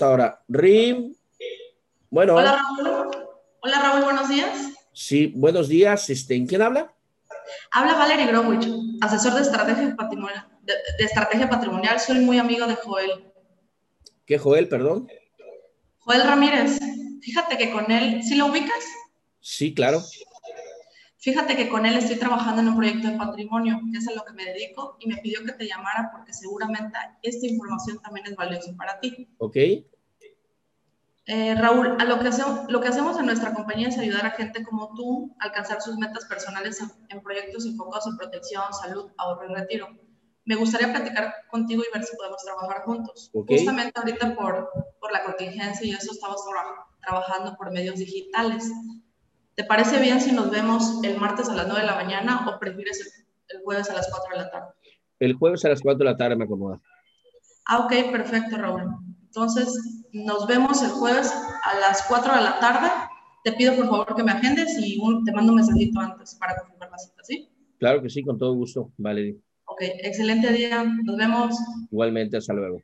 ahora. Rim, bueno. Hola Raúl. Hola Raúl, buenos días. Sí, buenos días. Este, ¿en ¿Quién habla? Habla Valerie Growich, asesor de estrategia, patrimonial, de, de estrategia patrimonial. Soy muy amigo de Joel. ¿Qué Joel, perdón? Joel Ramírez. Fíjate que con él, ¿sí lo ubicas? Sí, claro. Fíjate que con él estoy trabajando en un proyecto de patrimonio, que es a lo que me dedico, y me pidió que te llamara porque seguramente esta información también es valiosa para ti. Ok. Eh, Raúl, a lo, que hacemos, lo que hacemos en nuestra compañía es ayudar a gente como tú a alcanzar sus metas personales en, en proyectos enfocados en protección, salud, ahorro y retiro. Me gustaría platicar contigo y ver si podemos trabajar juntos. Ok. Justamente ahorita por, por la contingencia y eso estamos tra- trabajando por medios digitales. ¿Te parece bien si nos vemos el martes a las 9 de la mañana o prefieres el, el jueves a las 4 de la tarde? El jueves a las 4 de la tarde me acomoda. Ah, ok, perfecto, Raúl. Entonces, nos vemos el jueves a las 4 de la tarde. Te pido por favor que me agendes y un- te mando un mensajito antes para confirmar la cita, ¿sí? Claro que sí, con todo gusto, Valerie. Ok, excelente día. Nos vemos. Igualmente, hasta luego.